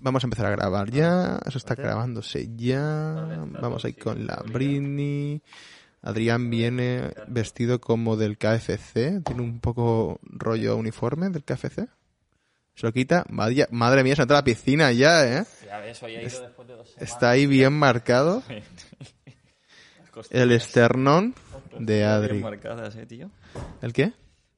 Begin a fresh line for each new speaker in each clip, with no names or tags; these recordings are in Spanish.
Vamos a empezar a grabar ya. Eso está grabándose ya. Vamos ahí con la Britney. Adrián viene vestido como del KFC. Tiene un poco rollo uniforme del KFC. Se lo quita. Madre, madre mía, se entra a la piscina ya, ¿eh?
Ya ves, hoy ha ido después de dos semanas.
Está ahí bien marcado.
Las costillas
El esternón de
bien
Adri.
marcadas, eh, tío.
¿El qué?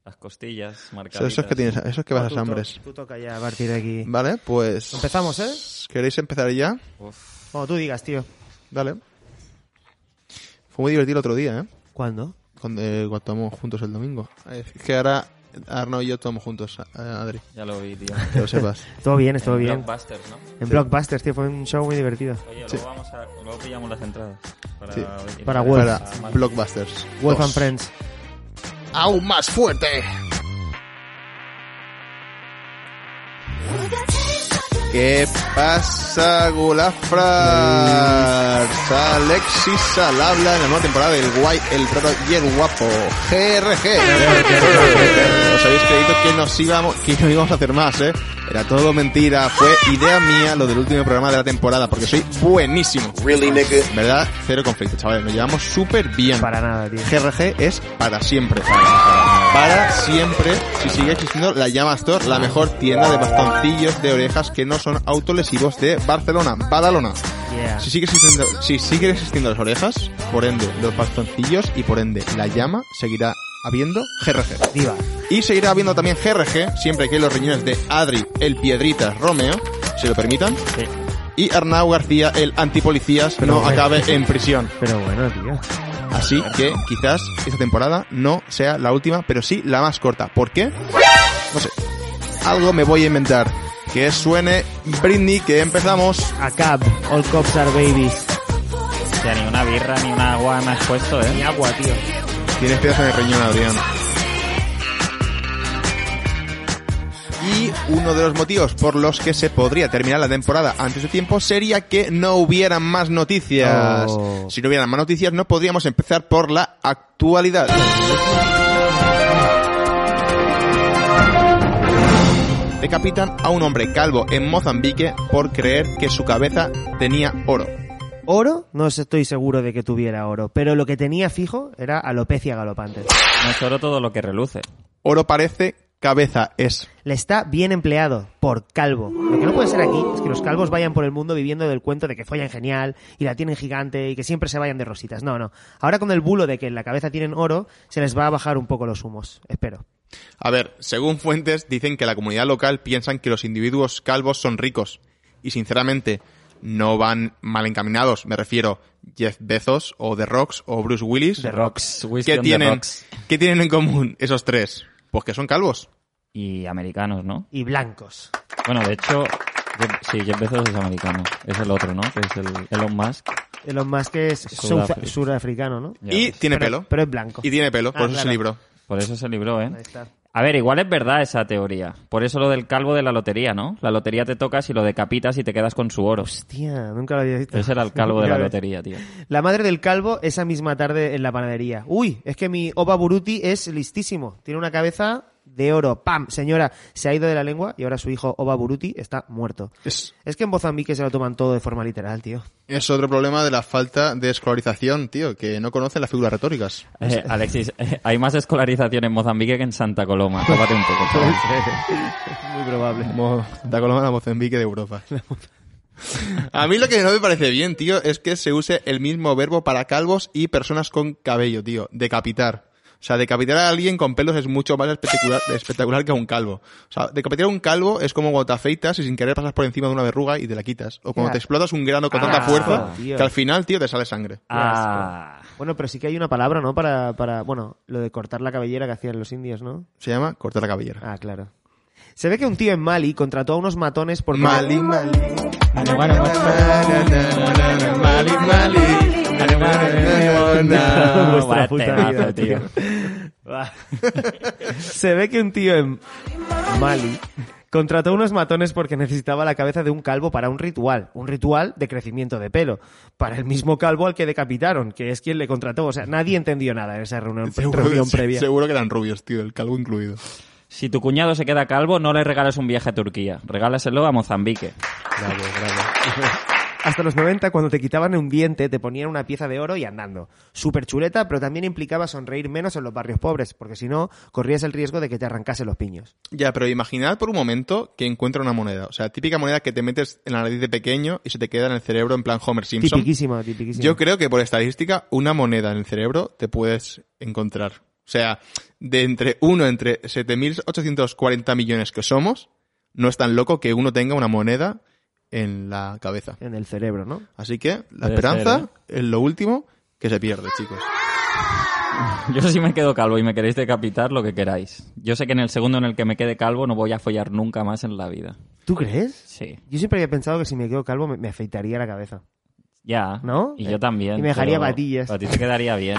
Las costillas
Son
marcadas.
esos que tienes, esos que vas a
Tú to-
Sambres.
Tú toca ya a partir de aquí.
Vale, pues.
Empezamos, ¿eh?
¿Queréis empezar ya?
Como tú digas, tío.
Dale. Fue muy divertido el otro día, ¿eh?
¿Cuándo?
Cuando, eh, cuando tomamos juntos el domingo. Es que ahora Arno y yo tomamos juntos, eh, Adri.
Ya lo vi, tío.
Que lo sepas.
Todo bien, estuvo bien.
Blockbusters, ¿no?
En Blockbusters, tío, fue un show muy divertido.
Oye,
Sí.
luego, vamos a, luego pillamos las entradas. Para,
Sí.
ir-
Para Wolf.
Para
Ah,
Blockbusters.
Wolf
Dos.
and Friends.
¡Aún más fuerte! ¿Qué pasa, Gulafras? Alexis al habla en la nueva temporada del Guay, el Raro y el Guapo. GRG. Os habéis creído que nos íbamos, que no íbamos a hacer más, ¿eh? Era todo mentira. Fue idea mía lo del último programa de la temporada, porque soy buenísimo. Really, nigga. ¿Verdad? Cero conflicto, chavales. Nos llevamos súper bien.
Para nada, tío.
GRG es para siempre. Para siempre, si sigue existiendo la Llama Store, la mejor tienda de bastoncillos de orejas que no son autolesivos de Barcelona, Badalona.
Yeah.
Si sigue existiendo, si sigue existiendo las orejas, por ende, los bastoncillos y por ende, la llama seguirá habiendo GRG.
Diva.
Y seguirá habiendo también GRG, siempre que los riñones de Adri, el Piedritas, Romeo, se lo permitan.
Sí.
Y Arnau García, el antipolicías,
Pero
no
bueno.
acabe en prisión.
Pero bueno, tío.
Así que quizás esta temporada no sea la última, pero sí la más corta. ¿Por qué? No sé. Algo me voy a inventar. Que suene Britney, que empezamos.
A cab. All cops are babies.
Hostia, ni una birra ni una agua me has puesto, ¿eh?
Ni agua, tío.
Tienes piedras este en el riñón, Adrián. Y uno de los motivos por los que se podría terminar la temporada antes de tiempo sería que no hubieran más noticias.
Oh.
Si no hubieran más noticias, no podríamos empezar por la actualidad. Decapitan a un hombre calvo en Mozambique por creer que su cabeza tenía oro.
Oro, no estoy seguro de que tuviera oro, pero lo que tenía fijo era alopecia galopante.
No es oro todo lo que reluce.
Oro parece, cabeza es.
Le está bien empleado por calvo. Lo que no puede ser aquí es que los calvos vayan por el mundo viviendo del cuento de que follan genial y la tienen gigante y que siempre se vayan de rositas. No, no. Ahora con el bulo de que en la cabeza tienen oro, se les va a bajar un poco los humos. Espero.
A ver, según fuentes, dicen que la comunidad local piensan que los individuos calvos son ricos. Y sinceramente, no van mal encaminados. Me refiero Jeff Bezos o The Rocks o Bruce Willis.
The
Rocks. Whisky
¿Qué
on the
tienen,
rocks.
¿Qué tienen en común esos tres? Pues que son calvos.
Y americanos, ¿no?
Y blancos.
Bueno, de hecho, Jeff- sí, Jeff Bezos es americano. Es el otro, ¿no? Que es el Elon Musk.
Elon Musk es
Sudáfrica.
sudaf- surafricano, ¿no?
Ya
y
ves.
tiene
Pero-
pelo.
Pero es blanco.
Y tiene pelo, por
Ah,
eso es
claro.
el libro.
Por eso se libró, ¿eh?
Ahí está.
A ver, igual es verdad esa teoría. Por eso lo del calvo de la lotería, ¿no? La lotería te tocas y lo decapitas y te quedas con su oro.
Hostia, nunca lo había visto.
Ese era el calvo de
Ya
la
ves.
lotería, tío.
La madre del calvo esa misma tarde en la panadería. Uy, es que mi Opa Buruti es listísimo. Tiene una cabeza de oro. ¡Pam! Señora, se ha ido de la lengua y ahora su hijo Oba Buruti está muerto.
Es,
Es que en Mozambique se lo toman todo de forma literal, tío.
es otro problema de la falta de escolarización, tío, que no conocen las figuras retóricas.
Eh, Alexis, eh, hay más escolarización en Mozambique que en Santa Coloma. Tópate un poco. chaval.
Muy probable.
Mo- Da Coloma la Mozambique de Europa. A mí lo que no me parece bien, tío, es que se use el mismo verbo para calvos y personas con cabello, tío. Decapitar. O sea, decapitar a alguien con pelos es mucho más espectacular, espectacular que a un calvo. O sea, decapitar a un calvo es como cuando te afeitas y sin querer pasas por encima de una verruga y te la quitas. O cuando
Ya.
te explotas un grano con
Ah,
tanta fuerza
tío.
que al final, tío, te sale sangre.
Ah,
Bueno, pero sí que hay una palabra, ¿no? Para, para, bueno, lo de cortar la cabellera que hacían los indios, ¿no?
Se llama cortar la cabellera.
Ah, claro. Se ve que un tío en Mali contrató a unos matones porque...
Mali, Mali. Mali,
Nada, vuestra
Ah, vaya
puta
temazo,
vida,
tío.
Va. Se ve que un tío en Mali contrató unos matones porque necesitaba la cabeza de un calvo para un ritual, un ritual de crecimiento de pelo, para el mismo calvo al que decapitaron, que es quien le contrató. O sea, nadie entendió nada en esa reunión, reunión
se-
previa.
seguro que eran rubios, tío, el calvo incluido.
Si tu cuñado se queda calvo, no le regales un viaje a Turquía. Regálaselo a Mozambique.
Bravo, bravo. Hasta los 90, cuando te quitaban un diente, te ponían una pieza de oro y andando. Súper chuleta, pero también implicaba sonreír menos en los barrios pobres, porque si no, corrías el riesgo de que te arrancasen los piños.
Ya, pero imaginad por un momento que encuentra una moneda. O sea, típica moneda que te metes en la nariz de pequeño y se te queda en el cerebro en plan Homer Simpson.
Tipiquísima, tipiquísima.
Yo creo que por estadística, una moneda en el cerebro te puedes encontrar. O sea, de entre uno, entre 7.840 millones que somos, no es tan loco que uno tenga una moneda en la cabeza.
En el cerebro, ¿no?
Así que la
Puede
esperanza
ser,
es lo último que se pierde, chicos.
Yo sí me quedo calvo y me queréis decapitar lo que queráis. Yo sé que en el segundo en el que me quede calvo no voy a follar nunca más en la vida.
¿Tú crees?
Sí.
Yo siempre había pensado que si me quedo calvo me, me afeitaría la cabeza.
Ya.
¿No?
Y
Eh,
yo también.
y me dejaría
pero
batillas.
A ti te quedaría bien.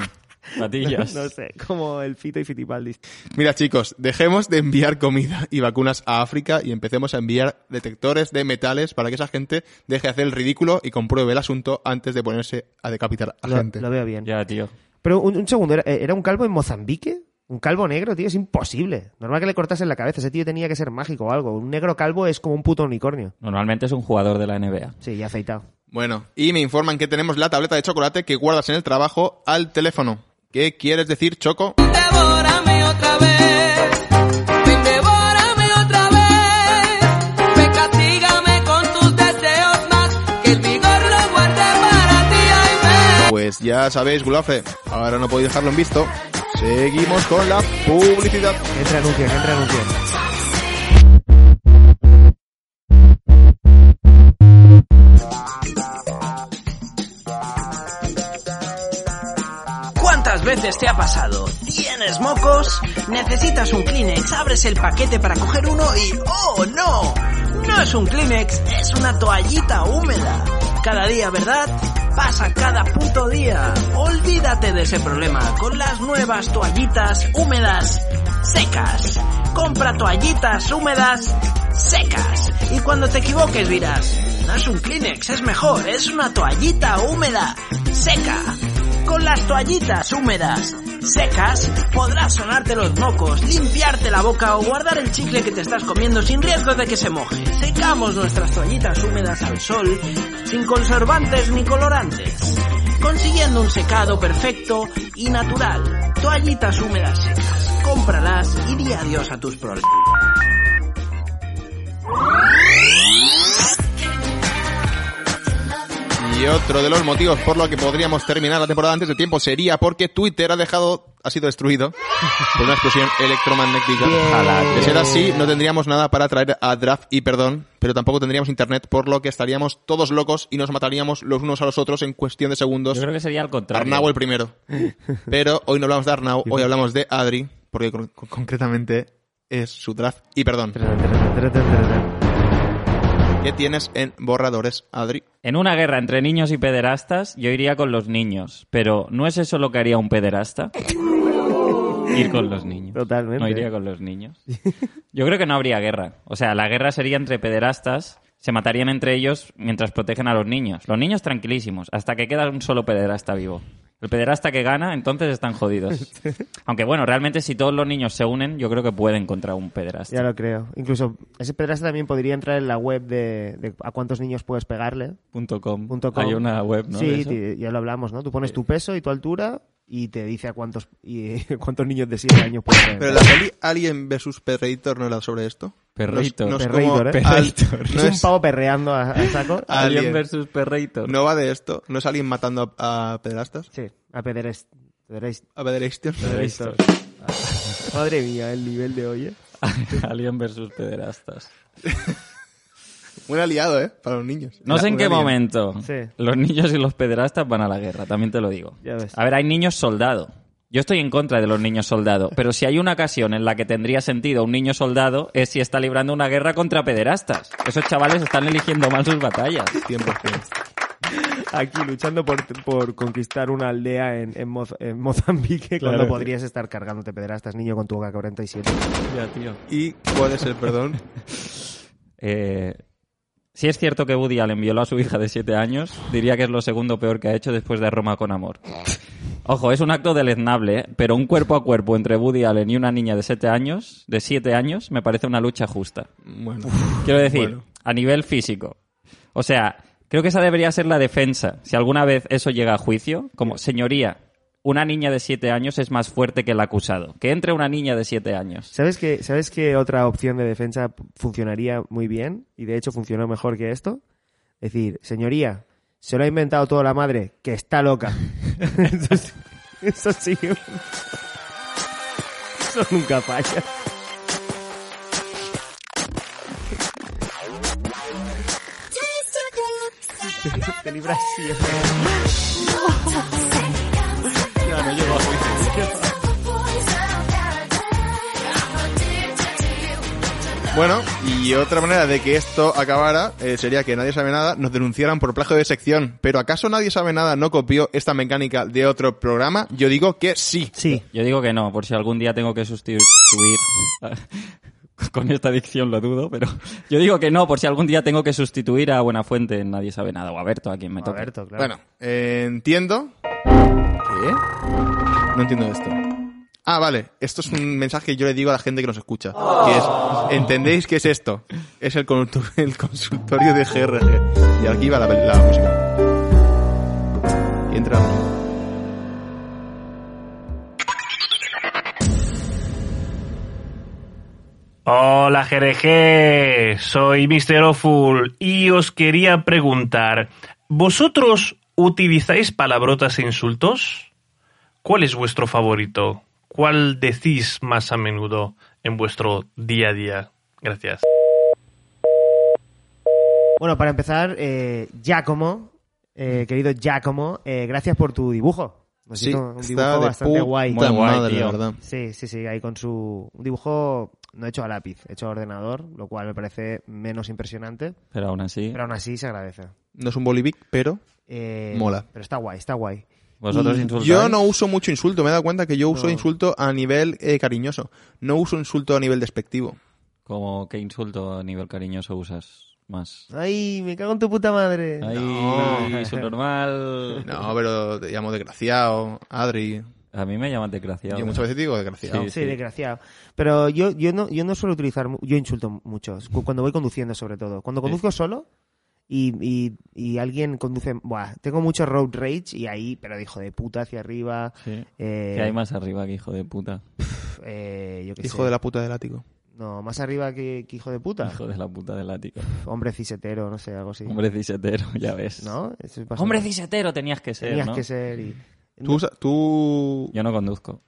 Batillas.
No sé, como el Fito y Fitipaldi.
Mira, chicos, dejemos de enviar comida y vacunas a África y empecemos a enviar detectores de metales para que esa gente deje de hacer el ridículo y compruebe el asunto antes de ponerse a decapitar a
Lo,
gente.
lo veo bien.
Ya, tío.
Pero un, un segundo, ¿era, era un calvo en Mozambique? ¿Un calvo negro, tío? Es imposible. Normal que le cortasen la cabeza. Ese tío tenía que ser mágico o algo. Un negro calvo es como un puto unicornio.
Normalmente es un jugador de la NBA.
Sí, y afeitado.
Bueno, y me informan que tenemos la tableta de chocolate que guardas en el trabajo al teléfono. ¿Qué quieres decir, Choco?
Devórame otra vez, ven, devórame otra vez, ven, castígame con tus deseos más, que el vigor lo guarde para ti, ay, ven.
Pues ya sabéis, Gulafe, ahora no podéis dejarlo en visto. Seguimos con la publicidad.
Entra anuncio, que entra anuncio.
¿Cuántas veces te ha pasado? ¿Tienes mocos? ¿Necesitas un Kleenex? Abres el paquete para coger uno y ¡oh no! No es un Kleenex, es una toallita húmeda. Cada día, ¿verdad? Pasa cada puto día. Olvídate de ese problema con las nuevas toallitas húmedas secas. Compra toallitas húmedas secas. Y cuando te equivoques dirás, no es un Kleenex, es mejor, es una toallita húmeda seca. Con las toallitas húmedas, secas, podrás sonarte los mocos, limpiarte la boca o guardar el chicle que te estás comiendo sin riesgo de que se moje. Secamos nuestras toallitas húmedas al sol, sin conservantes ni colorantes, consiguiendo un secado perfecto y natural. Toallitas húmedas secas, cómpralas y di adiós a tus problemas.
Y otro de los motivos por lo que podríamos terminar la temporada antes de tiempo sería porque Twitter ha dejado, ha sido destruido por una explosión electromagnética.
Ojalá, tío.
De ser así, no tendríamos nada para traer a Draft y Perdón, pero tampoco tendríamos internet, por lo que estaríamos todos locos y nos mataríamos los unos a los otros en cuestión de segundos.
Yo creo que sería al contrario.
Arnau el primero. Pero hoy no hablamos de Arnau, hoy hablamos de Adri, porque con- con- concretamente es su draft y perdón. ¿Qué tienes en borradores, Adri?
En una guerra entre niños y pederastas, yo iría con los niños. Pero ¿no es eso lo que haría un pederasta? Ir con los niños.
Totalmente.
No iría con los niños. Yo creo que no habría guerra. O sea, la guerra sería entre pederastas. Se matarían entre ellos mientras protegen a los niños. Los niños tranquilísimos, hasta que queda un solo pederasta vivo. El pederasta que gana, entonces están jodidos. Aunque bueno, realmente si todos los niños se unen, yo creo que pueden contra un
Ya
pederasta.
lo creo. Incluso ese pedrasta también podría entrar en la web de, de a cuántos niños puedes pegarle.
Punto com.
punto com.
Hay una web, ¿no? de
Sí,
eso.
ti- ya lo hablamos, ¿no? Tú pones tu peso y tu altura y te dice a cuántos y, cuántos niños de 7 años puedes pegar.
Pero la peli Alien vs Predator no era sobre esto.
Perreitor.
No es- no es
Perreitor,
como-
¿eh?
al-
Perreitor.
no
es, un
es-
pavo perreando a, a saco.
Ah. Alien.
Alien versus Perreitor.
No va de esto. No es alguien matando a, a pederastas.
Sí, a pederest. pederest-
A pederastas.
pederestos. Madre mía, el nivel de hoy. ¿eh?
Alien versus pederastas.
Buen aliado, ¿eh? Para los niños.
No sé en
Un
qué
alien.
momento
Sí.
los niños y los pederastas van a la guerra, también te lo digo.
Ya ves.
A ver, hay niños soldado. Yo estoy en contra de los niños soldado, pero si hay una ocasión en la que tendría sentido un niño soldado es si está librando una guerra contra pederastas. Esos chavales están eligiendo mal sus batallas.
Tiempo.
Aquí luchando por, por conquistar una aldea en, en Moz- en Mozambique
Claro.
cuando podrías estar cargándote pederastas, niño, con tu AK-47.
Ya, tío.
¿Y cuál es el perdón?
Eh, si es cierto que Woody Allen violó a su hija de 7 años, diría que es lo segundo peor que ha hecho después de Roma con amor. Ojo, es un acto deleznable, ¿eh? pero un cuerpo a cuerpo entre Woody Allen y una niña de 7 años, de 7 años, me parece una lucha justa.
Bueno.
Quiero decir,
Bueno.
a nivel físico. O sea, creo que esa debería ser la defensa. Si alguna vez eso llega a juicio, como, señoría, una niña de 7 años es más fuerte que el acusado. Que entre una niña de 7 años.
¿Sabes qué, ¿Sabes qué otra opción de defensa funcionaría muy bien? Y de hecho funcionó mejor que esto. Es decir, señoría, se lo ha inventado toda la madre, que está loca. eso, sí- eso sí. Eso nunca falla. Te libras siempre.
Bueno, y otra manera de que esto acabara eh, sería que nadie sabe nada, nos denunciaran por plagio de sección. Pero ¿acaso nadie sabe nada no copió esta mecánica de otro programa? Yo digo que sí.
Sí.
Yo digo que no, por si algún día tengo que sustituir. Con esta dicción lo dudo, pero yo digo que no, por si algún día tengo que sustituir a Buenafuente, en nadie sabe nada, o a Berto, a quien me toca.
Alberto, claro.
Bueno, eh, entiendo. ¿Qué? No entiendo esto. Ah, vale. Esto es un mensaje que yo le digo a la gente que nos escucha. Que es, ¿entendéis qué es esto? Es el, contu- el consultorio de GRG. Y aquí va la, la música. Y entra.
Hola GRG, soy Mr. Oful y os quería preguntar, ¿vosotros utilizáis palabrotas e insultos? ¿Cuál es vuestro favorito? ¿Cuál decís más a menudo en vuestro día a día? Gracias.
Bueno, para empezar, eh, Giacomo, eh,
Mm.
querido Giacomo, eh, gracias por tu dibujo. Nos hizo un dibujo bastante guay.
puta
Muy guay,
madre, la
tío.
verdad.
Sí, sí, sí, ahí con su un dibujo no hecho a lápiz, hecho a ordenador, lo cual me parece menos impresionante,
Pero aún así,
pero aún así se agradece.
No es un bolivic, pero...
Eh,
Mola.
Pero está guay, está guay.
vosotros
Y
insultáis.
Mm, Yo no uso mucho insulto. Me he dado cuenta que yo uso
No.
insulto a nivel eh, cariñoso. No uso insulto a nivel despectivo.
Como qué insulto a nivel cariñoso usas más.
Ay, me cago en tu puta madre.
Ahí,
No.
subnormal.
No, pero te llamo desgraciado, Adri.
A mí me llaman desgraciado. ¿eh?
Yo muchas veces digo desgraciado.
Sí.
Sí, desgraciado. Pero yo, yo, no, yo no suelo utilizar, mu- yo insulto mucho, cu- cuando voy conduciendo sobre todo. Cuando conduzco solo y, y, y alguien conduce, buah, tengo mucho road rage y ahí, pero de hijo de puta hacia arriba.
Sí.
eh,
¿Qué hay más arriba que hijo de puta?
pf, eh, yo qué
Hijo
sé.
de la puta del ático.
No, más arriba que, que hijo de puta.
Hijo de la puta del ático.
Pf, Hombre cisetero, no sé, algo así.
Hombre cisetero, ya ves.
¿No? Eso es bastante-
Hombre cisetero tenías que ser,
Tenías
¿no?
que ser y...
Tú, usa- tú...
Yo no conduzco.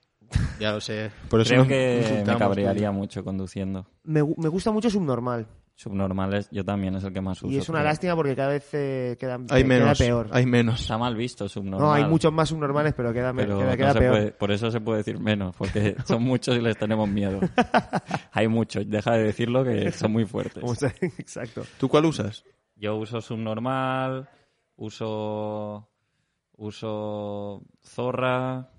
Ya lo sé. Por eso
Creo
nos
que me
insultamos,
cabrearía mucho conduciendo.
Me, gu- me gusta mucho Subnormal.
Subnormales, yo también es el que más uso.
Y es una
creo.
lástima porque cada vez eh, queda,
tío. Hay
queda
menos.
peor.
Hay menos.
Está mal visto subnormal.
No, hay muchos más subnormales, pero queda, me-
Pero
queda,
no
queda
se
peor.
puede- por eso se puede decir menos, porque son muchos y les tenemos miedo. hay muchos, deja de decirlo que son muy fuertes.
Como se- Exacto.
¿Tú cuál usas?
Yo uso subnormal, uso uso zorra,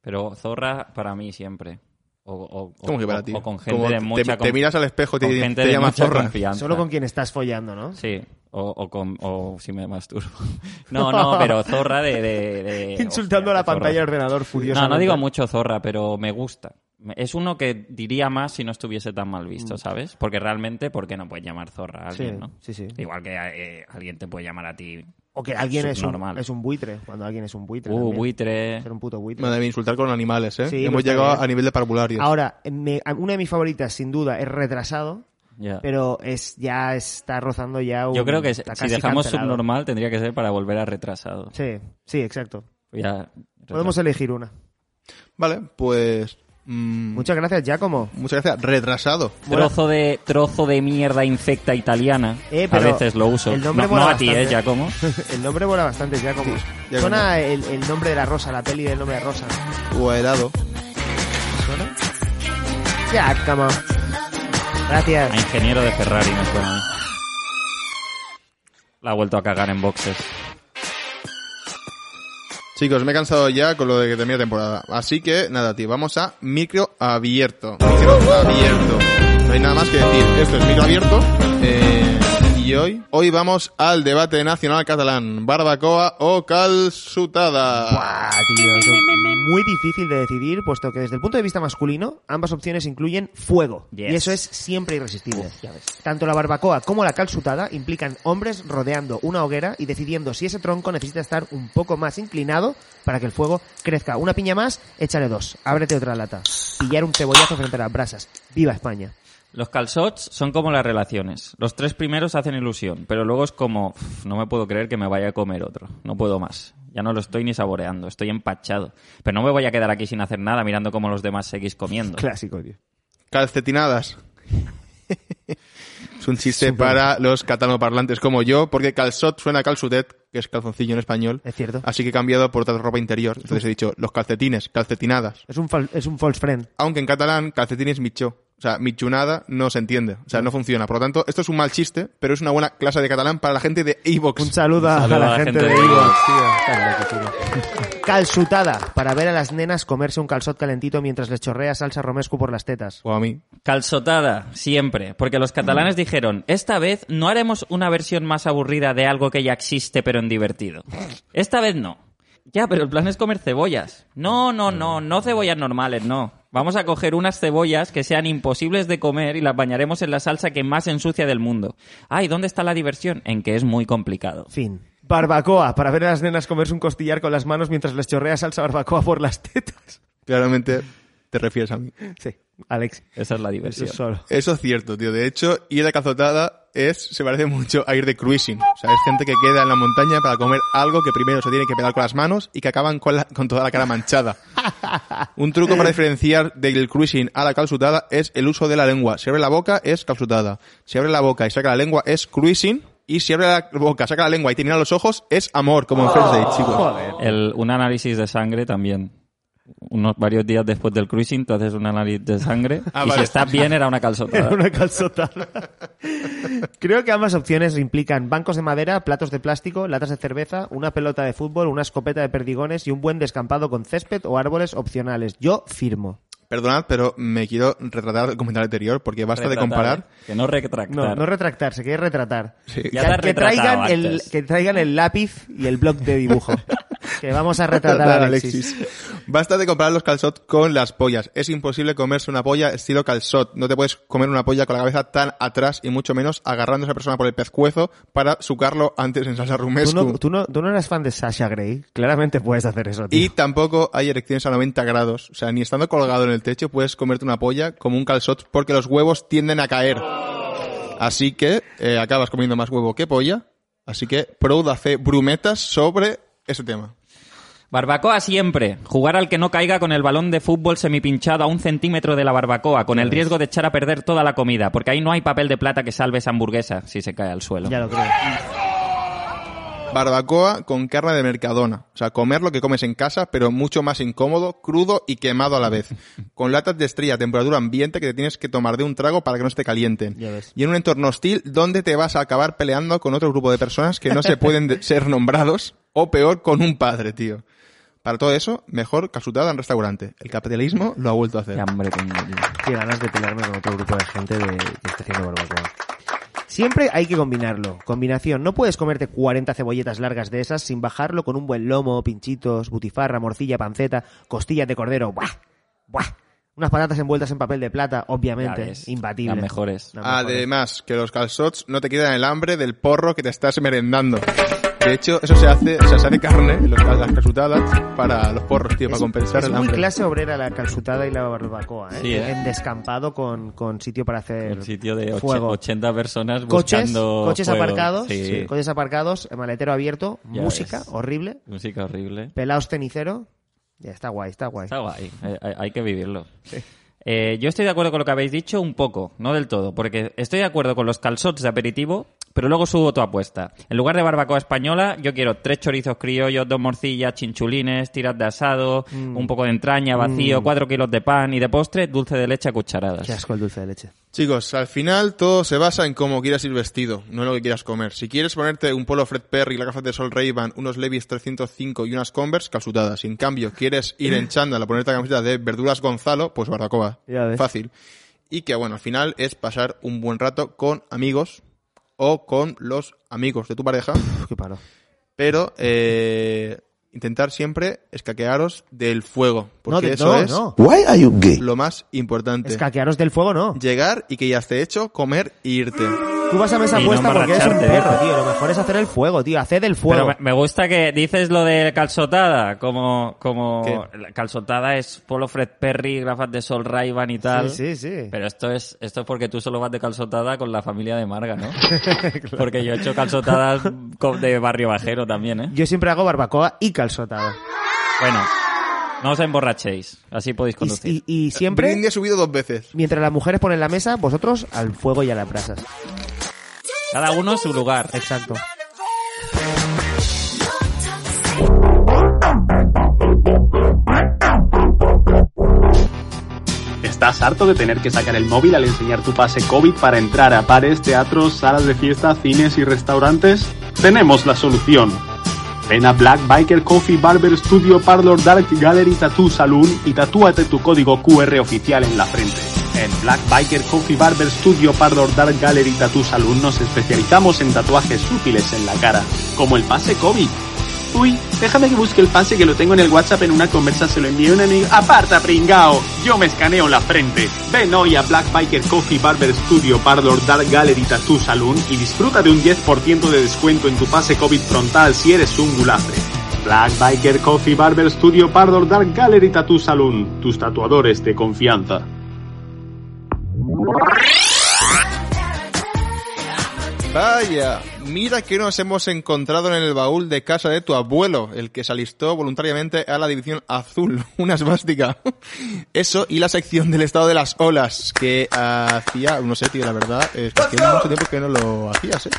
pero zorra para mí siempre. O, o-
¿Cómo que para
o-
ti?
o con gente
Como
de
te-
mucha
te, miras al espejo y te,
con
te
gente de
llamas
mucha
zorra.
confianza.
Solo con quien estás follando, ¿no?
Sí, o, o con- o si me masturbo. No, no, pero zorra de... de- de-
Eh, Insultando
hostia,
a la
zorra.
pantalla de ordenador
No,
furiosa.
no digo mucho zorra, pero me gusta. Es uno que diría más si no estuviese tan mal visto, ¿sabes? Porque realmente, ¿por qué no puedes llamar zorra a
Mm.
alguien,
Sí,
no?
sí, sí.
Igual que eh, alguien te puede llamar a ti.
O que alguien es un,
Subnormal.
es un buitre, cuando alguien es un buitre.
Uh,
también.
buitre.
Ser un puto buitre.
Madre mía, insultar con animales, ¿eh?
Sí,
Hemos
está
llegado
bien.
a nivel de parvulario.
Ahora, me- una de mis favoritas, sin duda, es retrasado,
Ya.
pero es ya está rozando ya un-
Yo creo que si
está
si
casi
dejamos
cancelado.
subnormal tendría que ser para volver a retrasado.
Sí, sí, exacto.
Ya,
Podemos elegir una.
Mm.
Vale, pues... mm,
Muchas gracias, Giacomo.
muchas gracias. Retrasado.
Trozo de, trozo de mierda infecta italiana.
Eh,
a
pero
veces lo uso.
el nombre
no,
mola
no a ti, ¿eh?
bastante.
Ya como.
El nombre mola bastante, Giacomo.
Giacomo.
Suena el, el nombre de la rosa, la peli del nombre de Rosa.
O a helado.
Giacomo. Gracias.
A ingeniero de Ferrari me suena. a mí. La ha vuelto a cagar en boxes.
Chicos, me he cansado ya con lo de que termina temporada. Así que, nada, tío, vamos a micro abierto. Micro abierto. No hay nada más que decir. Esto es micro abierto. eh, y y hoy, hoy vamos al debate nacional catalán, barbacoa o calzutada.
Buah, tío, eso es muy difícil de decidir, puesto que desde el punto de vista masculino, ambas opciones incluyen fuego.
Yes.
Y eso es siempre irresistible. Tanto la barbacoa como la calzutada implican hombres rodeando una hoguera y decidiendo si ese tronco necesita estar un poco más inclinado para que el fuego crezca. Una piña más, échale dos. Ábrete otra lata. Pillar un cebollazo frente a las brasas. ¡Viva España!
Los calzots son como las relaciones. Los tres primeros hacen ilusión, pero luego es como, "Uf, no me puedo creer que me vaya a comer otro. No puedo más. Ya no lo estoy ni saboreando, estoy empachado. Pero no me voy a quedar aquí sin hacer nada mirando cómo los demás seguís comiendo.
Clásico, tío.
Calcetinadas. es un chiste para los catanoparlantes como yo, porque calzot suena a calzutet, que es calzoncillo en español.
Es cierto.
Así que he cambiado por otra ropa interior. Entonces he dicho los calcetines, calcetinadas.
Es un, fal- es un false friend.
Aunque en catalán calcetines micho. O sea, michunada no se entiende. O sea, no funciona. Por lo tanto, esto es un mal chiste, pero es una buena clase de catalán para la gente de Evox.
Un saludo, a,
saludo
la gente, de
Ivox.
Ivox, tío. Calzutada, para ver a las nenas comerse un calzot calentito mientras les chorrea salsa romescu por las tetas.
O a mí.
Calzotada, siempre. Porque los catalanes dijeron, esta vez no haremos una versión más aburrida de algo que ya existe pero en divertido. Esta vez no. Ya, pero el plan es comer cebollas. No, no, no, no cebollas normales, no. Vamos a coger unas cebollas que sean imposibles de comer y las bañaremos en la salsa que más ensucia del mundo. Ay, ¿dónde está la diversión? En que es muy complicado.
Fin. Barbacoa, para ver a las nenas comerse un costillar con las manos mientras les chorrea salsa barbacoa por las tetas.
Claramente te refieres a mí.
Sí, Alex.
Esa es la
Eso
diversión.
es solo.
Eso es cierto, tío. De hecho, ir de calzotada es, se parece mucho a ir de cruising. O sea, es gente que queda en la montaña para comer algo que primero se tiene que pegar con las manos y que acaban con, la- con toda la cara manchada. Un truco para diferenciar del cruising a la calzutada es el uso de la lengua. Si abre la boca es calzutada. Si abre la boca y saca la lengua es cruising. Y si abre la boca, saca la lengua y tiene a los ojos es amor, como en First
Oh,
Date, chicos.
El- un análisis de sangre también. Unos varios días después del cruising, te haces un análisis de sangre.
Ah,
y
vale.
si estás bien, era una calzotada.
Era una calzotada. Creo que ambas opciones implican bancos de madera, platos de plástico, latas de cerveza, una pelota de fútbol, una escopeta de perdigones y un buen descampado con césped o árboles opcionales. Yo firmo.
Perdonad, pero me quiero retratar del comentario anterior porque basta
Retratar,
de comparar.
¿eh? Que no retractar.
No, no retractar, se quiere retratar.
Sí.
Ya te has
que,
retratado
traigan el,
antes.
que traigan el lápiz y el bloc de dibujo. que vamos a retratar
Tratar,
a Alexis.
Alexis. Basta de comparar los calzot con las pollas. Es imposible comerse una polla estilo calzot. No te puedes comer una polla con la cabeza tan atrás y mucho menos agarrando a esa persona por el pezcuezo para sucarlo antes en salsa
Tú
rumescu.
no, tú, no, tú no eras fan de Sasha Grey. Claramente puedes hacer eso, tío.
Y tampoco hay erecciones a 90 grados. O sea, ni estando colgado en el techo puedes comerte una polla como un calzot porque los huevos tienden a caer. Así que eh, acabas comiendo más huevo que polla. Así que Proud hace brumetas sobre ese tema.
Barbacoa siempre. Jugar al que no caiga con el balón de fútbol semipinchado a un centímetro de la barbacoa, con el riesgo de echar a perder toda la comida, porque ahí no hay papel de plata que salve esa hamburguesa si se cae al suelo.
Ya lo creo.
Barbacoa con carne de mercadona. O sea, comer lo que comes en casa, pero mucho más incómodo, crudo y quemado a la vez. Con latas de estrella a temperatura ambiente que te tienes que tomar de un trago para que no se te calienten.
Ya ves.
Y en un entorno hostil donde te vas a acabar peleando con otro grupo de personas que no se pueden de- ser nombrados, o peor, con un padre, tío. Para todo eso, mejor casutada en restaurante. El capitalismo lo ha vuelto a hacer.
Qué hambre tengo, tío.
Qué ganas de pelearme con otro grupo de gente de, que está haciendo barbacoa. Siempre hay que combinarlo. Combinación. No puedes comerte 40 cebolletas largas de esas sin bajarlo con un buen lomo, pinchitos, butifarra, morcilla, panceta, costillas de cordero. ¡Buah! ¡Buah! Unas patatas envueltas en papel de plata,
Ya
obviamente.
ves,
Imbatible.
las mejores.
Las mejores.
Además, que los calzots no te quitan el hambre del porro que te estás merendando. De hecho, eso se hace, o sea, se hace carne, los, cal- las calzotadas, para los porros, tío, para compensar
es
el
muy
hambre.
clase obrera la calzutada y la barbacoa, ¿eh?
Sí, ¿eh?
En descampado con, con sitio para hacer
El sitio de och-
fuego.
80 personas
coches,
buscando
coches
fuego.
aparcados,
Sí.
sí, coches aparcados, maletero abierto,
Ya
música
ves.
horrible,
Música horrible.
pelados cenicero. Ya está guay, está guay.
Está guay, eh, hay, hay que vivirlo. Eh, yo estoy de acuerdo con lo que habéis dicho un poco, no del todo, porque estoy de acuerdo con los calzots de aperitivo, pero luego subo tu apuesta. En lugar de barbacoa española, yo quiero tres chorizos criollos, dos morcillas, chinchulines, tiras de asado,
Mm.
un poco de entraña vacío, cuatro kilos de pan y de postre dulce de leche a cucharadas.
Qué asco el dulce de leche.
Chicos, al final todo se basa en cómo quieras ir vestido, no en lo que quieras comer. Si quieres ponerte un polo Fred Perry, la gafa de sol Ray-Ban, unos Levi's 305 y unas Converse, calzutadas. Si en cambio quieres ir en chándal a ponerte la camiseta de verduras Gonzalo, pues barbacoa.
Ya ves.
Fácil. Y que bueno, al final es pasar un buen rato con amigos o con los amigos de tu pareja,
Uf, qué paro.
pero eh, intentar siempre escaquearos del fuego, porque
de-
eso es
no.
Why are you gay?
lo más importante.
Escaquearos del fuego, no.
Llegar y que ya esté hecho, comer e irte.
Tú vas a mesa
Y no
puesta porque eres un
emborracharte,
perro, tío. Lo mejor es hacer el fuego, tío. Haced el fuego.
Pero me- me gusta que dices lo de calzotada, como, como
¿Qué?
la calzotada es Polo Fred Perry, gafas de sol ray y tal.
Sí, sí, sí.
Pero esto es, esto es porque tú solo vas de calzotada con la familia de Marga, ¿no? Porque yo he hecho calzotadas co- de barrio bajero también, ¿eh?
Yo siempre hago barbacoa y calzotada.
Bueno, no os emborrachéis, así podéis
Y,
conducir.
y- y siempre,
Brindis he subido dos veces.
mientras las mujeres ponen la mesa, vosotros al fuego y a las brasas.
Cada uno en su lugar.
Exacto.
¿Estás harto de tener que sacar el móvil al enseñar tu pase COVID para entrar a bares, teatros, salas de fiesta, cines y restaurantes? Tenemos la solución. Ven a Black Biker Coffee Barber Studio Parlor Dark Gallery Tattoo Saloon y tatúate tu código QR oficial en la frente. En Black Biker Coffee Barber Studio Parlor Dark Gallery Tattoo Saloon nos especializamos en tatuajes útiles en la cara, como el pase COVID. Uy, déjame que busque el pase que lo tengo en el WhatsApp en una conversa, se lo envié a un amigo. Aparta, pringao, yo me escaneo la frente. Ven hoy a Black Biker Coffee Barber Studio Parlor Dark Gallery Tattoo Saloon y disfruta de un 10% de descuento en tu pase COVID frontal si eres un gulafre. Black Biker Coffee Barber Studio Parlor Dark Gallery Tattoo Saloon, tus tatuadores de confianza.
Vaya, mira que nos hemos encontrado en el baúl de casa de tu abuelo, el que se alistó voluntariamente a la División Azul, una esvástica. Eso y la sección del estado de las olas, que hacía, no sé, tío, la verdad, es que hacía mucho tiempo que no lo hacías, ¿eh?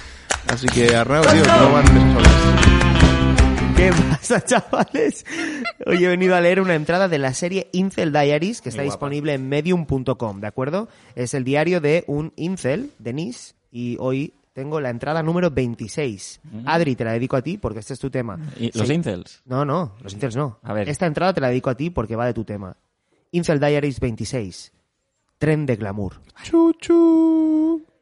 Así que, Arnau, tío, ¿cómo van esas olas?
¿Qué pasa, chavales? Hoy he venido a leer una entrada de la serie Incel Diaries que está disponible en medium.com, ¿de acuerdo? Es el diario de un Incel, Denise, y hoy tengo la entrada número 26. Adri, te la dedico a ti porque este es tu tema.
Mm. Y los
Sí.
incels.
No, no, los Incels no.
A ver.
Esta entrada te la dedico a ti porque va de tu tema. Incel Diaries 26. Tren de glamour.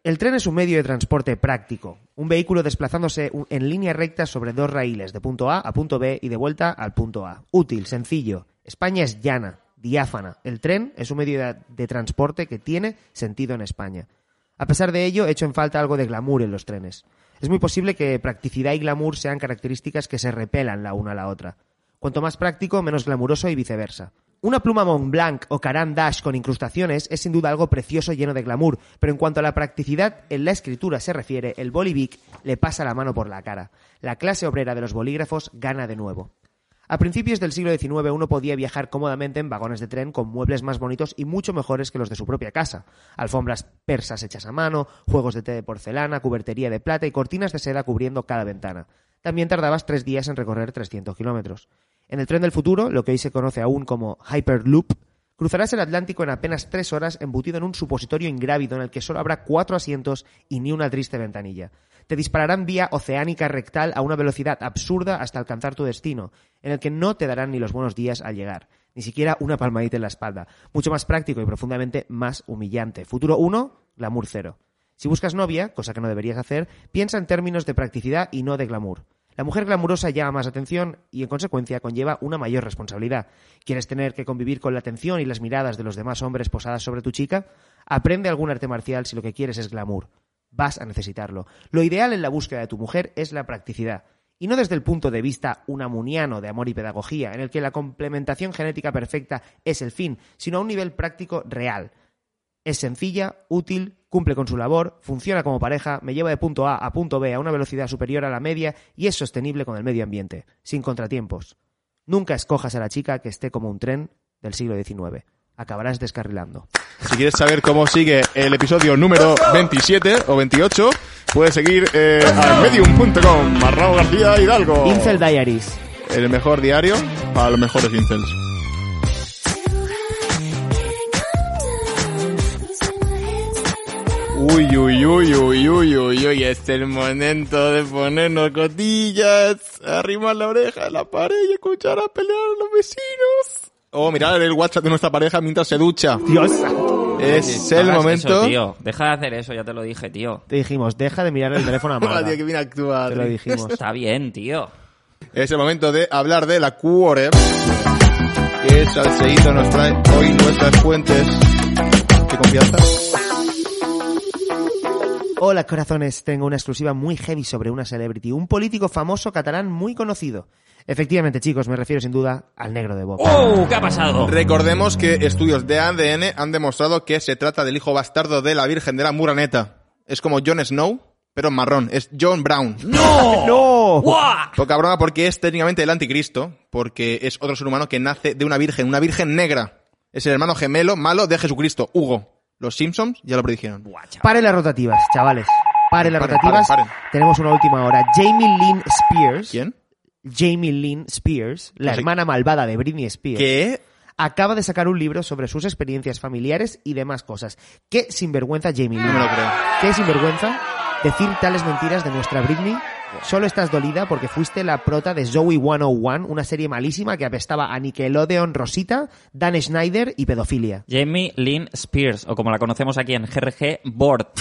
El tren es un medio de transporte práctico, un vehículo desplazándose u- en línea recta sobre dos raíles, de punto A a punto B y de vuelta al punto A. Útil, sencillo. España es llana, diáfana. El tren es un medio de, de transporte que tiene sentido en España. A pesar de ello, hecho en falta algo de glamour en los trenes. Es muy posible que practicidad y glamour sean características que se repelan la una a la otra. Cuanto más práctico, menos glamuroso y viceversa. Una pluma Mont Blanc o Caran Dash con incrustaciones es sin duda algo precioso lleno de glamour, pero en cuanto a la practicidad en la escritura se refiere, el bolivic le pasa la mano por la cara. La clase obrera de los bolígrafos gana de nuevo. A principios del siglo XIX uno podía viajar cómodamente en vagones de tren con muebles más bonitos y mucho mejores que los de su propia casa. Alfombras persas hechas a mano, juegos de té de porcelana, cubertería de plata y cortinas de seda cubriendo cada ventana. También tardabas tres días en recorrer 300 kilómetros. En el tren del futuro, lo que hoy se conoce aún como Hyperloop, cruzarás el Atlántico en apenas tres horas embutido en un supositorio ingrávido en el que solo habrá cuatro asientos y ni una triste ventanilla. Te dispararán vía oceánica rectal a una velocidad absurda hasta alcanzar tu destino, en el que no te darán ni los buenos días al llegar, ni siquiera una palmadita en la espalda. Mucho más práctico y profundamente más humillante. Futuro 1, glamour 0. Si buscas novia, cosa que no deberías hacer, piensa en términos de practicidad y no de glamour. La mujer glamurosa llama más atención y, en consecuencia, conlleva una mayor responsabilidad. ¿Quieres tener que convivir con la atención y las miradas de los demás hombres posadas sobre tu chica? Aprende algún arte marcial si lo que quieres es glamour. Vas a necesitarlo. Lo ideal en la búsqueda de tu mujer es la practicidad. Y no desde el punto de vista unamuniano de amor y pedagogía, en el que la complementación genética perfecta es el fin, sino a un nivel práctico real. Es sencilla, útil, cumple con su labor, funciona como pareja, me lleva de punto A a punto B a una velocidad superior a la media y es sostenible con el medio ambiente, sin contratiempos. Nunca escojas a la chica que esté como un tren del siglo XIX. Acabarás descarrilando.
Si quieres saber cómo sigue el episodio número 27 o 28, puedes seguir eh, a medium.com, Marrao García Hidalgo.
Incel Diaries.
El mejor diario para los mejores incels. Uy, uy, uy, uy, uy, uy, uy, este es el momento de ponernos cotillas, arrimar la oreja a la pared y escuchar Oh, a pelear a los vecinos. O mirar el WhatsApp de nuestra pareja mientras se ducha.
Dios santo.
Es
No
el
hagas
momento.
eso, tío. Deja de hacer eso, ya te lo dije, tío.
Te dijimos, deja de mirar el teléfono a mano.
Hola, Ah, tío, que bien actuado.
Te lo dijimos.
Está bien, tío.
Es el momento de hablar de la Quarep. Que Salseíto nos trae hoy nuestras fuentes de confianza.
Hola corazones, tengo una exclusiva muy heavy sobre una celebrity, un político famoso catalán muy conocido. Efectivamente, chicos, me refiero sin duda al negro de Bob.
¡Oh! ¿Qué ha pasado?
Recordemos que estudios de ADN han demostrado que se trata del hijo bastardo de la Virgen de la Muraneta. Es como Jon Snow, pero en marrón. Es John Brown.
¡No!
¡No!
¡Guau!
Poca broma porque es técnicamente el anticristo, porque es otro ser humano que nace de una virgen, una virgen negra. Es el hermano gemelo malo de Jesucristo, Hugo. Los Simpsons ya lo predijeron.
Buah, chaval.
Paren las rotativas, chavales. Paren las
Paren,
rotativas.
paren, paren.
Tenemos una última hora. Jamie Lynn Spears.
¿Quién? Pues
Jamie Lynn Spears, la
Así-
hermana malvada de Britney Spears.
¿Qué?
Acaba de sacar un libro sobre sus experiencias familiares y demás cosas. Qué sinvergüenza, Jamie
No
Lynn.
me lo creo.
Qué sinvergüenza decir tales mentiras de nuestra Britney. Solo estás dolida porque fuiste la prota de Zoey 101, una serie malísima que apestaba a Nickelodeon, Rosita, Dan Schneider y pedofilia.
Jamie Lynn Spears, o como la conocemos aquí en GRG, Bort.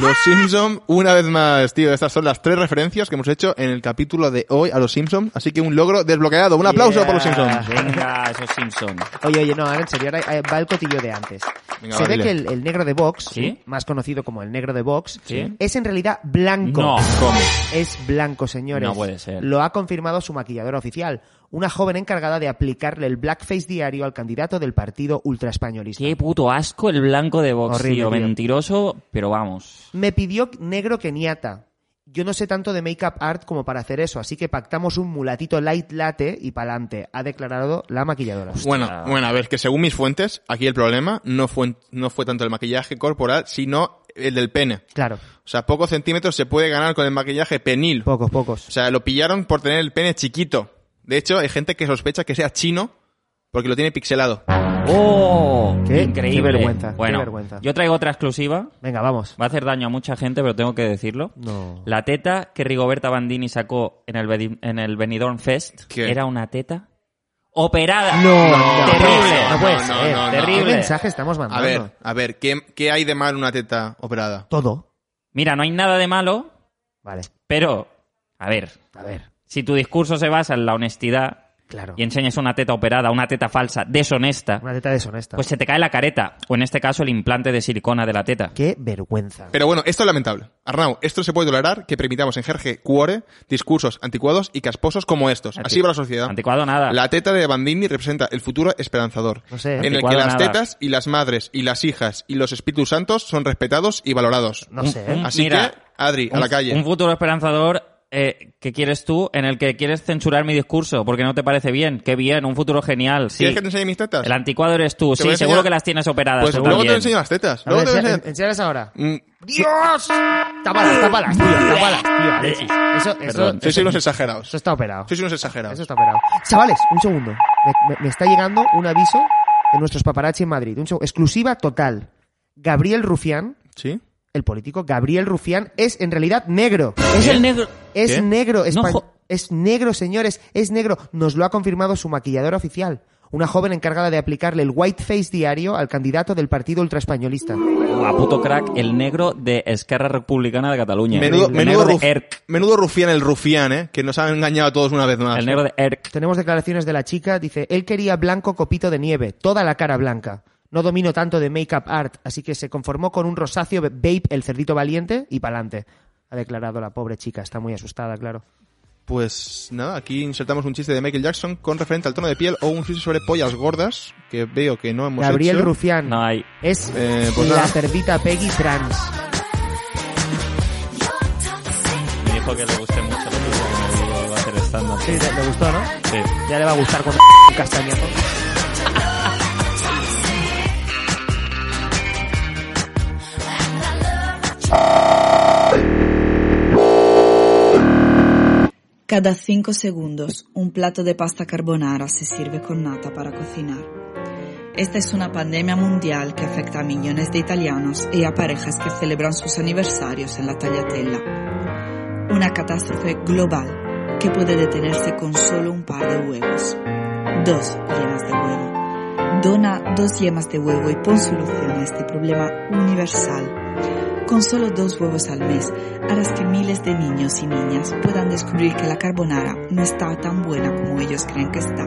Los Simpson, una vez más, tío. Estas son las tres referencias que hemos hecho en el capítulo de hoy a los Simpson. Así que un logro desbloqueado. Un aplauso
Yeah.
para los Simpson.
Venga, esos Simpson.
Oye, oye, no, ahora en serio, ahora eh, va el cotillo de antes.
Venga,
Se
va,
ve
dile.
que el, el negro de Vox,
¿Sí?
más conocido como el negro de Vox,
¿Sí?
es en realidad blanco.
No.
¿Cómo?
Es blanco, señores.
No puede ser.
Lo ha confirmado su maquilladora oficial, una joven encargada de aplicarle el blackface diario al candidato del partido ultraespañolista.
Qué puto asco el blanco de Vox,
Horrible,
tío.
tío.
Mentiroso, pero vamos.
Me pidió negro keniata. Yo no sé tanto de make-up art como para hacer eso, así que pactamos un mulatito light latte y pa'lante, ha declarado la maquilladora.
Bueno, bueno, a ver, que según mis fuentes, aquí el problema no fue, no fue tanto el maquillaje corporal, sino el del pene.
Claro,
O sea, pocos centímetros se puede ganar con el maquillaje penil. O
pocos, pocos.
sea, lo pillaron por tener el pene chiquito. De hecho, hay gente que sospecha que sea chino porque lo tiene pixelado.
¡Oh!
Qué-
Increíble.
qué vergüenza, qué
Bueno,
vergüenza.
yo traigo otra exclusiva.
Venga, vamos.
Va a hacer daño a mucha gente, pero tengo que decirlo.
No.
La teta que Rigoberta Bandini sacó en el, Bedi- en el Benidorm Fest
¿Qué?
era una teta operada.
no,
terrible.
no puede
no, no,
ser.
no, no.
Terrible.
¿Qué mensaje estamos mandando?
A ver, a ver, ¿qué, qué hay de mal en una teta operada?
Todo.
Mira, no hay nada de malo,
Vale,
pero, a ver,
a ver,
si tu discurso se basa en la honestidad
claro.
y enseñas una teta operada, una teta falsa, deshonesta,
Una teta deshonesta.
pues se te cae la careta, o en este caso el implante de silicona de la teta.
Qué vergüenza.
Pero bueno, esto es lamentable. Arnau, esto se puede tolerar que permitamos en Jerge Cuore discursos anticuados y casposos como estos. Así va la sociedad.
Anticuado nada.
La teta de Bandini representa el futuro esperanzador,
No sé.
en el que
Anticuado
las
nada.
tetas y las madres y las hijas y los espíritus santos son respetados y valorados.
No
Un-
sé.
un-
Así
Mira,
que, Adri, a la
Un-
calle.
Un futuro esperanzador eh, que quieres tú, en el que quieres censurar mi discurso porque no te parece bien. Qué bien, un futuro genial. Sí.
¿Quieres que te enseñe mis tetas?
El anticuado eres tú.
Te voy
Sí,
a enseñar-
seguro que las tienes operadas.
Pues
tú
luego te
también.
enseño las tetas.
A
Luego
ver,
te voy a
ense-
enseñar-
en- enséñalas ahora.
Mm,
¡Dios! Tápalas, tápalas, tío, tápalas, tío, Alexis. Eso, eso,
Perdón.
Sois
eso,
unos
eso
exagerados.
está operado.
Sois unos exagerados.
Eso está operado. Chavales, un segundo. Me, me- me está llegando un aviso de nuestros paparazzi en Madrid. Un seg- Exclusiva total. Gabriel Rufián,
¿Sí?
el político Gabriel Rufián, es en realidad negro.
Es el negro.
Es
¿Qué?
negro,
No
espa-
jo-
es negro, señores, es negro. Nos lo ha confirmado su maquilladora oficial, una joven encargada de aplicarle el whiteface diario al candidato del partido ultraespañolista.
A puto crack, el negro de Esquerra Republicana de Cataluña.
Menudo,
el
menudo,
negro
ruf-
de ERC.
menudo rufián el rufián, ¿eh? Que nos ha engañado a todos una vez más.
El negro de ERC.
Tenemos declaraciones de la chica, dice, él quería blanco copito de nieve, toda la cara blanca. No domino tanto de make-up art, así que se conformó con un rosáceo be- Babe, el cerdito valiente, y pa'lante. Ha declarado la pobre chica, está muy asustada, claro.
Pues nada, aquí insertamos un chiste de Michael Jackson con referente al tono de piel o un chiste sobre pollas gordas, que veo que no hemos
Gabriel
hecho.
Rufián
No hay.
es
Eh, pues
la
nada.
cerdita Peggy trans.
Me dijo que le guste mucho lo que me dijo, va a hacer stand-up.
Sí, te- te gustó, ¿no?
Sí.
Ya le va a gustar cuando un castañazo.
Cada cinco segundos, un plato de pasta carbonara se sirve con nata para cocinar. Esta es una pandemia mundial que afecta a millones de italianos y a parejas que celebran sus aniversarios en la tagliatella. Una catástrofe global que puede detenerse con solo un par de huevos. Dos llenas de huevo. Dona dos yemas de huevo y pon solución a este problema universal. Con solo dos huevos al mes harás que miles de niños y niñas puedan descubrir que la carbonara no está tan buena como ellos creen que está.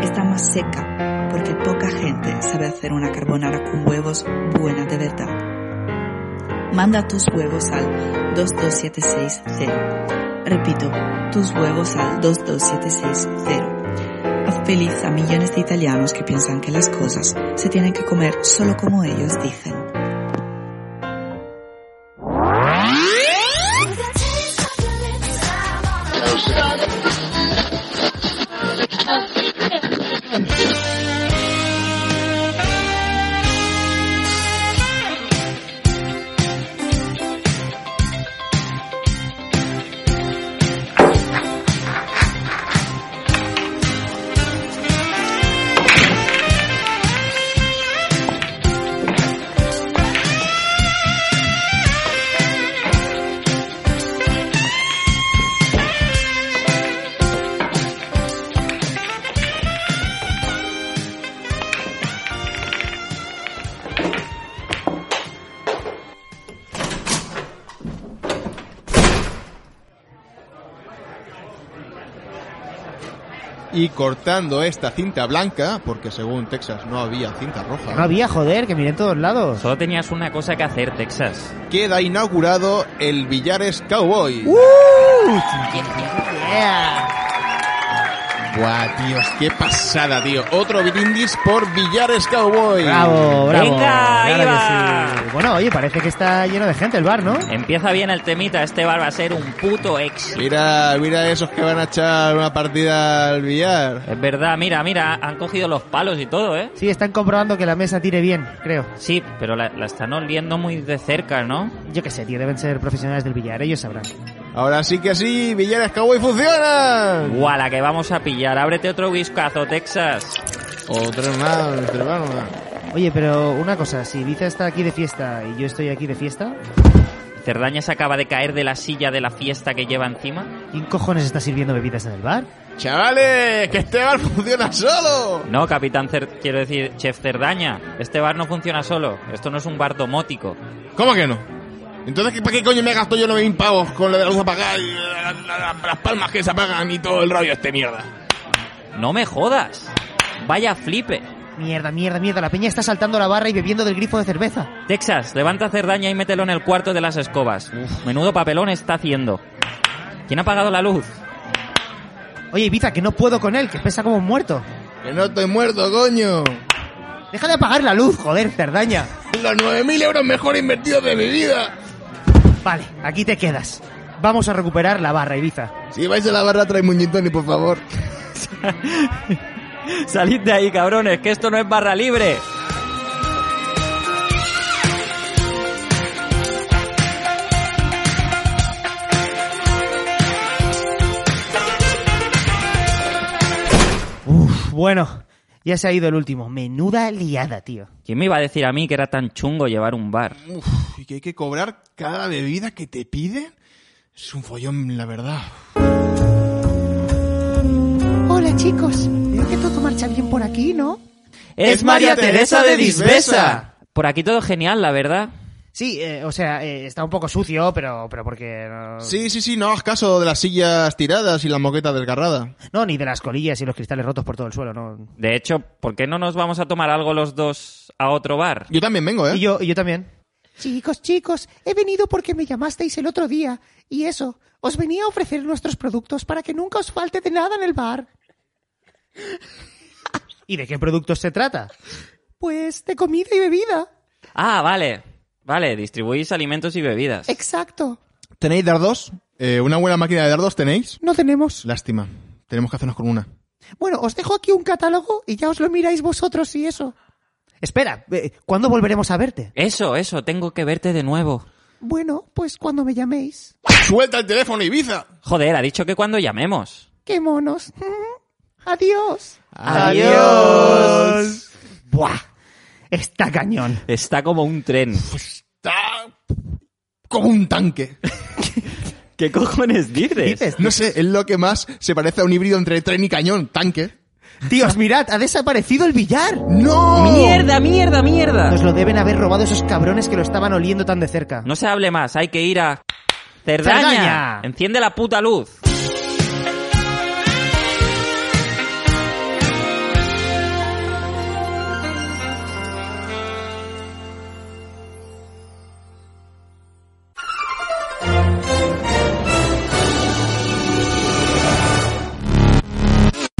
Está más seca porque poca gente sabe hacer una carbonara con huevos buena de verdad. Manda tus huevos al 22760. Repito, tus huevos al 22760 haz feliz a millones de italianos que piensan que las cosas se tienen que comer solo como ellos dicen.
Y cortando esta cinta blanca, porque según Texas no había cinta roja,
No había, joder, que miré en todos lados.
Solo tenías una cosa que hacer, Texas.
queda inaugurado el Villares Cowboy.
Yeah.
Buah, tíos, qué pasada, tío. Otro brindis por Villares Cowboy.
Bravo, bravo.
Venga, ahí
Claro que
va.
sí. Bueno, oye, parece que está lleno de gente el bar, ¿no?
Empieza bien el temita, este bar va a ser un puto éxito.
Mira, mira esos que van a echar una partida al billar.
Es verdad, mira, mira, han cogido los palos y todo, ¿eh?
Sí, están comprobando que la mesa tire bien, creo.
Sí, pero la, la están oliendo muy de cerca, ¿no?
Yo qué sé, tío, deben ser profesionales del billar, ellos sabrán.
Ahora sí que sí, Villares Cowboy funciona.
Guau, la que vamos a pillar. Ábrete otro whiskazo, Texas.
Otro más, otro más.
Oye, pero una cosa, si Viza está aquí de fiesta y yo estoy aquí de fiesta,
Cerdaña se acaba de caer de la silla de la fiesta que lleva encima.
¿quién cojones está sirviendo bebidas en el bar?
Chavales, que este bar funciona solo.
No, capitán, Cer- quiero decir, chef Cerdaña, este bar no funciona solo. Esto no es un bar domótico.
¿Cómo que no? Entonces, ¿para qué coño me gasto yo 9.000 pavos con lo de la luz apagada y la- la- la- las palmas que se apagan y todo el rollo este mierda?
No me jodas. Vaya flipe.
Mierda, mierda, mierda, la peña está saltando la barra y bebiendo del grifo de cerveza.
Texas, levanta a Cerdaña y mételo en el cuarto de las escobas. Uf, menudo papelón está haciendo. ¿Quién ha apagado la luz?
Oye, Ibiza, que no puedo con él, que pesa como un muerto.
Que no estoy muerto, coño.
Deja de apagar la luz, joder, Cerdaña.
Los 9.000 euros mejor invertidos de mi vida.
Vale, aquí te quedas. Vamos a recuperar la barra, Ibiza.
Si vais a la barra, trae muñetoni, por favor.
Salid de ahí, cabrones, que esto no es barra libre.
Uf, bueno, ya se ha ido el último. Menuda liada, tío.
¿Quién me iba a decir a mí que era tan chungo llevar un bar?
Uf, y que hay que cobrar cada bebida que te piden. Es un follón, la verdad.
Hola, chicos. Creo que todo marcha bien por aquí, ¿no?
¡Es María Teresa de Disbesa!
Por aquí todo genial, la verdad.
Sí, eh, o sea, eh, está un poco sucio, pero, pero porque... No,
Sí, sí, sí, no hagas caso de las sillas tiradas y la moqueta desgarrada.
no, ni de las colillas y los cristales rotos por todo el suelo, no.
De hecho, ¿por qué no nos vamos a tomar algo los dos a otro bar?
Yo también vengo, ¿eh?
Y yo, y yo también. Chicos, chicos, he venido porque me llamasteis el otro día. Y eso, os venía a ofrecer nuestros productos para que nunca os falte de nada en el bar. ¿Y de qué productos se trata? Pues de comida y bebida.
Ah, vale. Vale, distribuís alimentos y bebidas.
Exacto.
¿Tenéis dardos? Eh, ¿Una buena máquina de dardos tenéis?
No tenemos.
Lástima. Tenemos que hacernos con una.
Bueno, os dejo aquí un catálogo y ya os lo miráis vosotros y eso. Espera, eh, ¿cuándo volveremos a verte?
Eso, eso, tengo que verte de nuevo.
Bueno, pues cuando me llaméis.
¡Suelta el teléfono, Ibiza!
Joder, ha dicho que cuando llamemos.
¡Qué monos! ¡Adiós!
Adiós.
¡Buah! Está cañón.
Está como un tren.
Está como un tanque.
¿Qué cojones dices?
Dices,
No sé, es lo que más se parece a un híbrido entre tren y cañón, tanque.
Dios, mirad, ha desaparecido el billar.
¡Mierda, mierda, mierda!
Nos lo deben haber robado esos cabrones que lo estaban oliendo tan de cerca.
No se hable más, hay que ir a... Cerdaña.
Cerdaña.
Enciende la puta luz.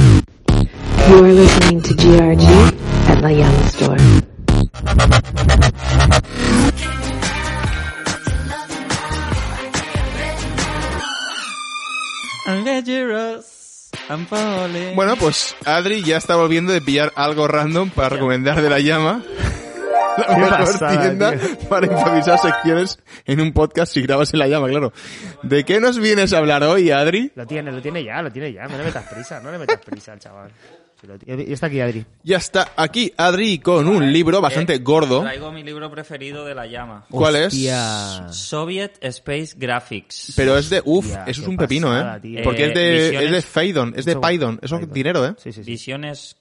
You're listening to GRG at La Llama Store.
Bueno, pues Adri ya está volviendo de pillar algo random para recomendar de la llama. La
Qué
mejor
pasada,
tienda para improvisar secciones en un podcast si grabas en la llama, claro. ¿De qué nos vienes a hablar hoy, Adri?
Lo tiene, lo tiene ya, lo tiene ya. No le metas prisa, no le metas prisa al chaval. Si lo tiene- Y está aquí Adri.
Ya está aquí Adri con un libro bastante gordo.
Traigo mi libro preferido de la llama.
¿Cuál es?
Hostia.
Soviet Space Graphics.
Pero es de, uff,
Hostia,
eso es
qué
un pepino,
pasada,
¿eh?
tío.
Porque
Eh,
es de,
visiones-
es de Phaidon, es de
Mucho-
Python, eso es
Python.
dinero, ¿eh?
Sí, sí, sí.
Visiones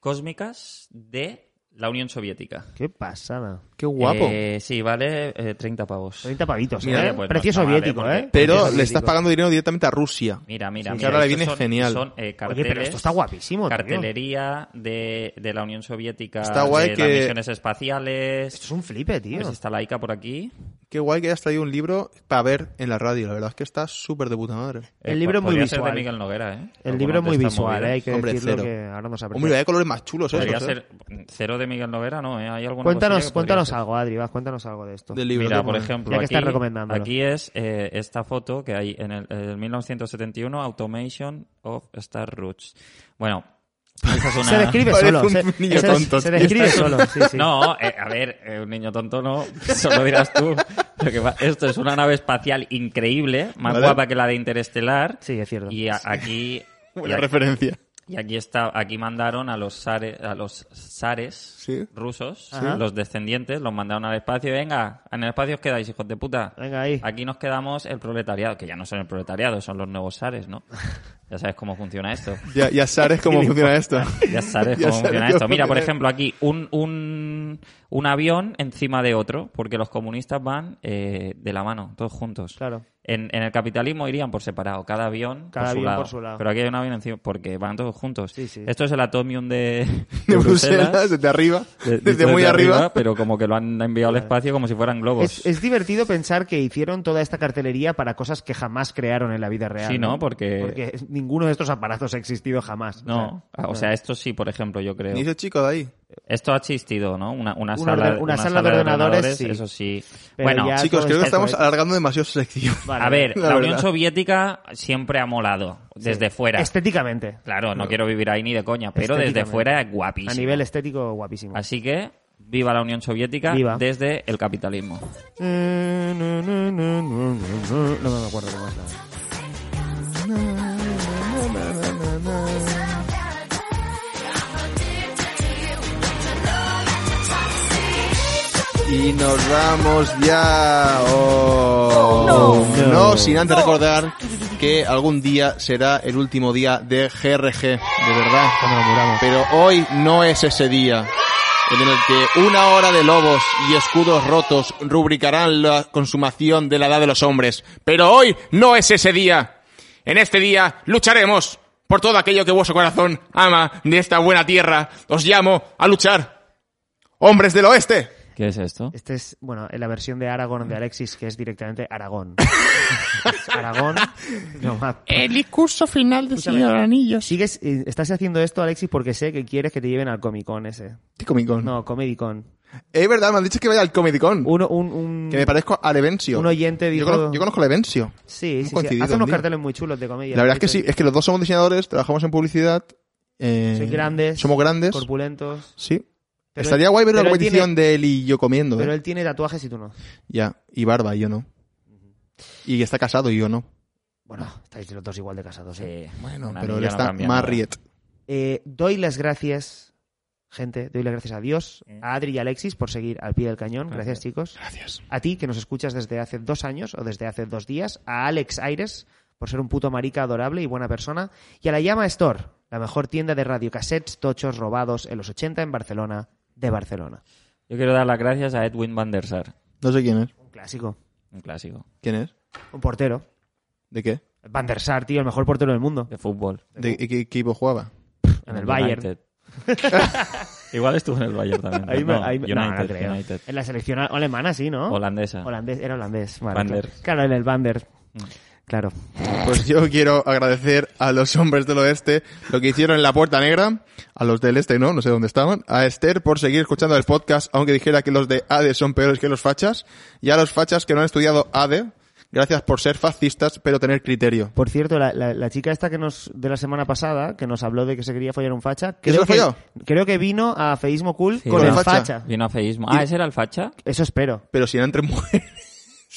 cósmicas de la Unión Soviética.
Qué pasada.
Qué guapo.
Eh, sí, vale eh, 30 pavos.
30 pavitos,
Mira,
¿eh?
pues no
Precio
está mal,
soviético,
¿eh? Porque-
¿eh?
Pero
Precio
le estás
soviético.
pagando dinero directamente a Rusia.
Mira, mira,
Sí,
mira.
ahora le
estos
viene
son-
genial.
Son eh, carteles.
Oye, pero esto está guapísimo, tío.
Cartelería de, de la Unión Soviética.
Está guay
de
que-
las misiones espaciales.
Esto es un flipe, tío.
Pues está Laika por aquí.
Qué guay que hayas traído un libro para ver en la radio. La verdad es que está súper de puta madre.
El
Eh,
libro
po-
muy
podría Ser
visual.
de Miguel Noguera, ¿eh?
El
Algunos
libro es
de
muy
estas
visual,
movidas.
¿eh? Hay que
Hombre,
decirlo
cero.
que ahora no sabemos.
Hombre, vaya colores más chulos
Podría
esos, ¿eh?
ser cero de Miguel Noguera, ¿no? ¿eh? Hay alguna
Cuéntanos,
cosilla que podría
cuéntanos
ser.
algo, Adri, va, cuéntanos algo de esto.
Del libro.
Mira,
tío,
por
bueno.
ejemplo,
Ya que
aquí,
estás recomendándolo.
aquí es eh, esta foto que hay en el, el 1971, Automation of Star Roots. Bueno, pues esa es una...
Se describe
Parece
solo.
un
Se,
niño
se-
tonto,
se
tío.
describe solo, sí, sí.
No, eh, a ver, eh, un niño tonto no, eso lo dirás tú. Lo que va- esto es una nave espacial increíble, más
Vale.
guapa que la de Interestelar.
Sí, es cierto.
Y a- aquí... y
Buena
aquí-
referencia.
Y aquí está, aquí mandaron a los zares, a los zares
Sí.
rusos,
Ajá.
los descendientes, los mandaron al espacio. Venga, en el espacio os quedáis, hijos de puta.
Venga ahí.
Aquí nos quedamos el proletariado, que ya no son el proletariado, son los nuevos zares, ¿no? Ya sabes cómo funciona esto.
Ya, ya sabes cómo funciona esto.
Ya sabes
Ya sabes
cómo funciona
cómo
esto. Mira, por
funciona.
ejemplo, aquí un, un, un avión encima de otro, porque los comunistas van eh, de la mano, todos juntos.
Claro.
En, en el capitalismo irían por separado, cada avión,
Cada
por, su
avión
lado.
por su lado.
Pero aquí hay un avión encima, porque van todos juntos.
Sí, sí.
Esto es el Atomium de,
De
de
Bruselas, desde arriba,
De-
desde,
desde
muy arriba.
Pero como que lo han enviado al espacio como si fueran globos.
Es, es divertido pensar que hicieron toda esta cartelería para cosas que jamás crearon en la vida real.
Sí, ¿no? Porque-
Porque ninguno de estos aparatos ha existido jamás.
No, ah, o sea, esto sí, por ejemplo, yo creo.
Ni ese chico de ahí.
Esto ha existido, ¿no? Una, una,
Una
sala,
orden- una sala de ordenadores, sí.
eso sí.
Pero
bueno,
ya- Ah,
Chicos,
todo
creo que
esto,
estamos
todo esto.
alargando demasiado su sección.
Vale,
a ver,
la
la, Unión
verdad.
Soviética siempre ha molado, desde fuera.
Estéticamente.
Claro, no quiero vivir ahí ni de coña, pero desde
Este- Estéticamente.
fuera es guapísimo.
A nivel estético, guapísimo.
Así que, viva la Unión Soviética
Viva.
desde el capitalismo.
Eh, no, no, no, no, no, no. No me acuerdo cómo es la-
Y nos vamos ya. Oh,
no.
No, sin antes recordar que algún día será el último día de GRG, de verdad. Pero hoy no es ese día en el que una hora de lobos y escudos rotos rubricarán la consumación de la edad de los hombres. Pero hoy no es ese día. En este día lucharemos por todo aquello que vuestro corazón ama de esta buena tierra. Os llamo a luchar. Hombres del oeste.
¿Qué es esto?
Este es, bueno, en la versión de Aragorn de Alexis, que es directamente Aragón. Es Aragón. No, más.
El discurso final de
Escúchame.
Señor Anillo.
Sigues, eh, estás haciendo esto, Alexis, porque sé que quieres que te lleven al Comic Con ese.
Comic Con.
No, Comedy Con.
Es verdad, me han dicho que vaya al Comic Con.
Uno, un, un-
que me parezco a Levencio.
un oyente
Yo
dijo-
conozco, yo conozco a Levencio.
Sí,
Hemos
sí, sí.
coincidido
Hace
un
unos
día.
carteles muy chulos de comedia.
La verdad es que sí, es que los dos somos diseñadores, trabajamos en publicidad. eh,
Soy grandes.
Somos grandes.
Corpulentos.
Sí.
Pero
Estaría guay ver
pero
una
él
competición de él y yo comiendo.
Pero
¿eh?
él tiene tatuajes y tú no.
Ya, y barba, y yo no. Y está casado y yo no.
Bueno, estáis los dos igual de casados, ¿eh?
Sí,
Bueno,
una
pero él
niña no
está
cambia nada.
Marriott.
Eh, doy las gracias, gente, doy las gracias a Dios, a Adri y a Alexis por seguir al pie del cañón. Eh. Gracias, chicos.
Gracias.
A ti, que nos escuchas desde hace dos años o desde hace dos días. A Alex Aires, por ser un puto marica adorable y buena persona. Y a la Llama Store, la mejor tienda de radiocassettes tochos robados en los 80 en Barcelona, de Barcelona.
Yo quiero dar las gracias a Edwin van der Sar,
No sé quién es.
Un clásico.
un clásico
¿Quién es?
Un portero.
¿De qué?
Van der Sar, tío, el mejor portero del mundo.
de fútbol.
¿De qué equipo jugaba?
En el Bayern.
United. Igual estuvo en el Bayern también.
Ahí me-
no,
ahí me-
United,
no, no creo.
United.
En la selección alemana, sí, ¿no?
Holandesa. Mm.
Holandés, era holandés. vale,
Van
claro.
der.
Claro, en el Van der. Claro.
Pues yo quiero agradecer a los hombres del oeste lo que hicieron en la Puerta Negra, a los del este no, no sé dónde estaban, a Esther por seguir escuchando el podcast, aunque dijera que los de ADE son peores que los fachas, y a los fachas que no han estudiado ADE, gracias por ser fascistas, pero tener criterio.
Por cierto, la, la- la chica esta que nos de la semana pasada, que nos habló de que se quería follar un facha, creo
lo
que,
folló?
creo que vino a Feísmo Cool
Sí,
con
con
el
el
facha.
facha.
Vino a feísmo. Ah, ¿ese era el facha?
Eso espero.
Pero si eran tres mujeres,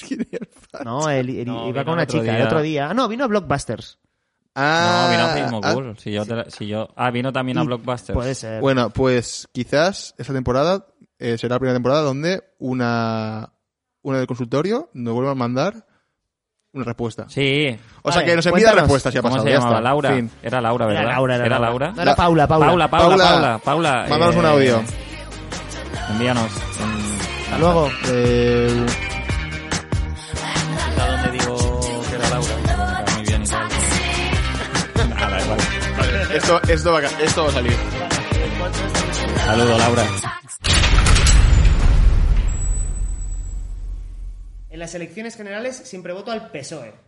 ¿quién era el facha?
No, él, él
No,
iba
vino
con una
el otro
chica el
día. Pues,
otro día. Ah, no, vino a Blockbusters.
no, vino
Ah,
a feísmo
ah,
Cool. Si yo te la- si yo... Ah, vino también a Blockbuster.
Mm, Puede ser.
Bueno, pues quizás esta temporada eh, será la primera temporada donde una, una del consultorio nos vuelva a mandar una respuesta.
Sí.
O sea
Vale,
que nos envía
cuéntanos.
respuestas si ha
¿Cómo
pasado.
se
ya
llamaba?
está.
Laura.
Fin.
Era Laura, ¿verdad?
Era Laura, era,
Era
Laura.
Laura.
No, era Paula, Paula.
Paula, Paula,
Paula.
Paula, Paula.
Mándanos
eh,
un audio.
Envíanos.
Hasta luego.
Eh,
¿A dónde digo que era Laura? Está Muy bien y tal. Nada, igual.
esto, esto, va, a- esto va a salir.
Saludo, Laura.
En las elecciones generales siempre voto al PSOE.